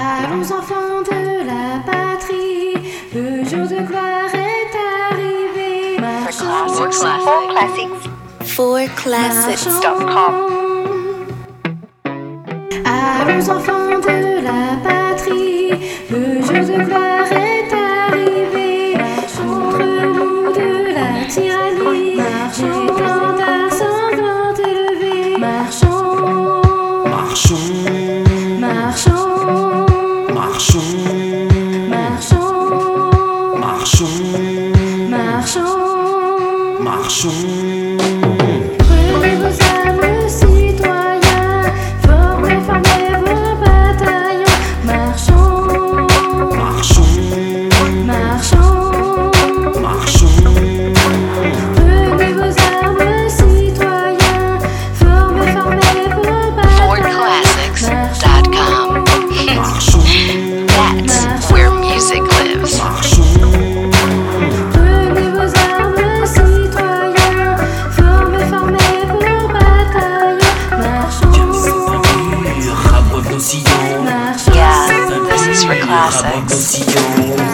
Allons enfants de la patrie, le jour de gloire est arrivé. Four Marchons, classics. Four classics. marchons. Allons enfants de la patrie, le jour de gloire est arrivé. Contre-nous de la tyrannie, marchons dans ta sanglante élevée. Marchons, Marchons, marchons, marchons, marchons, marchons, marchons. marchons. Prenez vos armes, citoyens, formez, formez vos bataillons. Marchons, Marchons, marchons. marchons, Prenez vos armes, citoyens, formez, formez vos bataillons. Fourclassics.com. marchons, That's where music lives. marchons, Prenez vos armes, citoyens, formez, formez vos bataillons. Marchons, rabroc nos sillons, marchons. Yeah, this is for rabroc nos classics. sillons,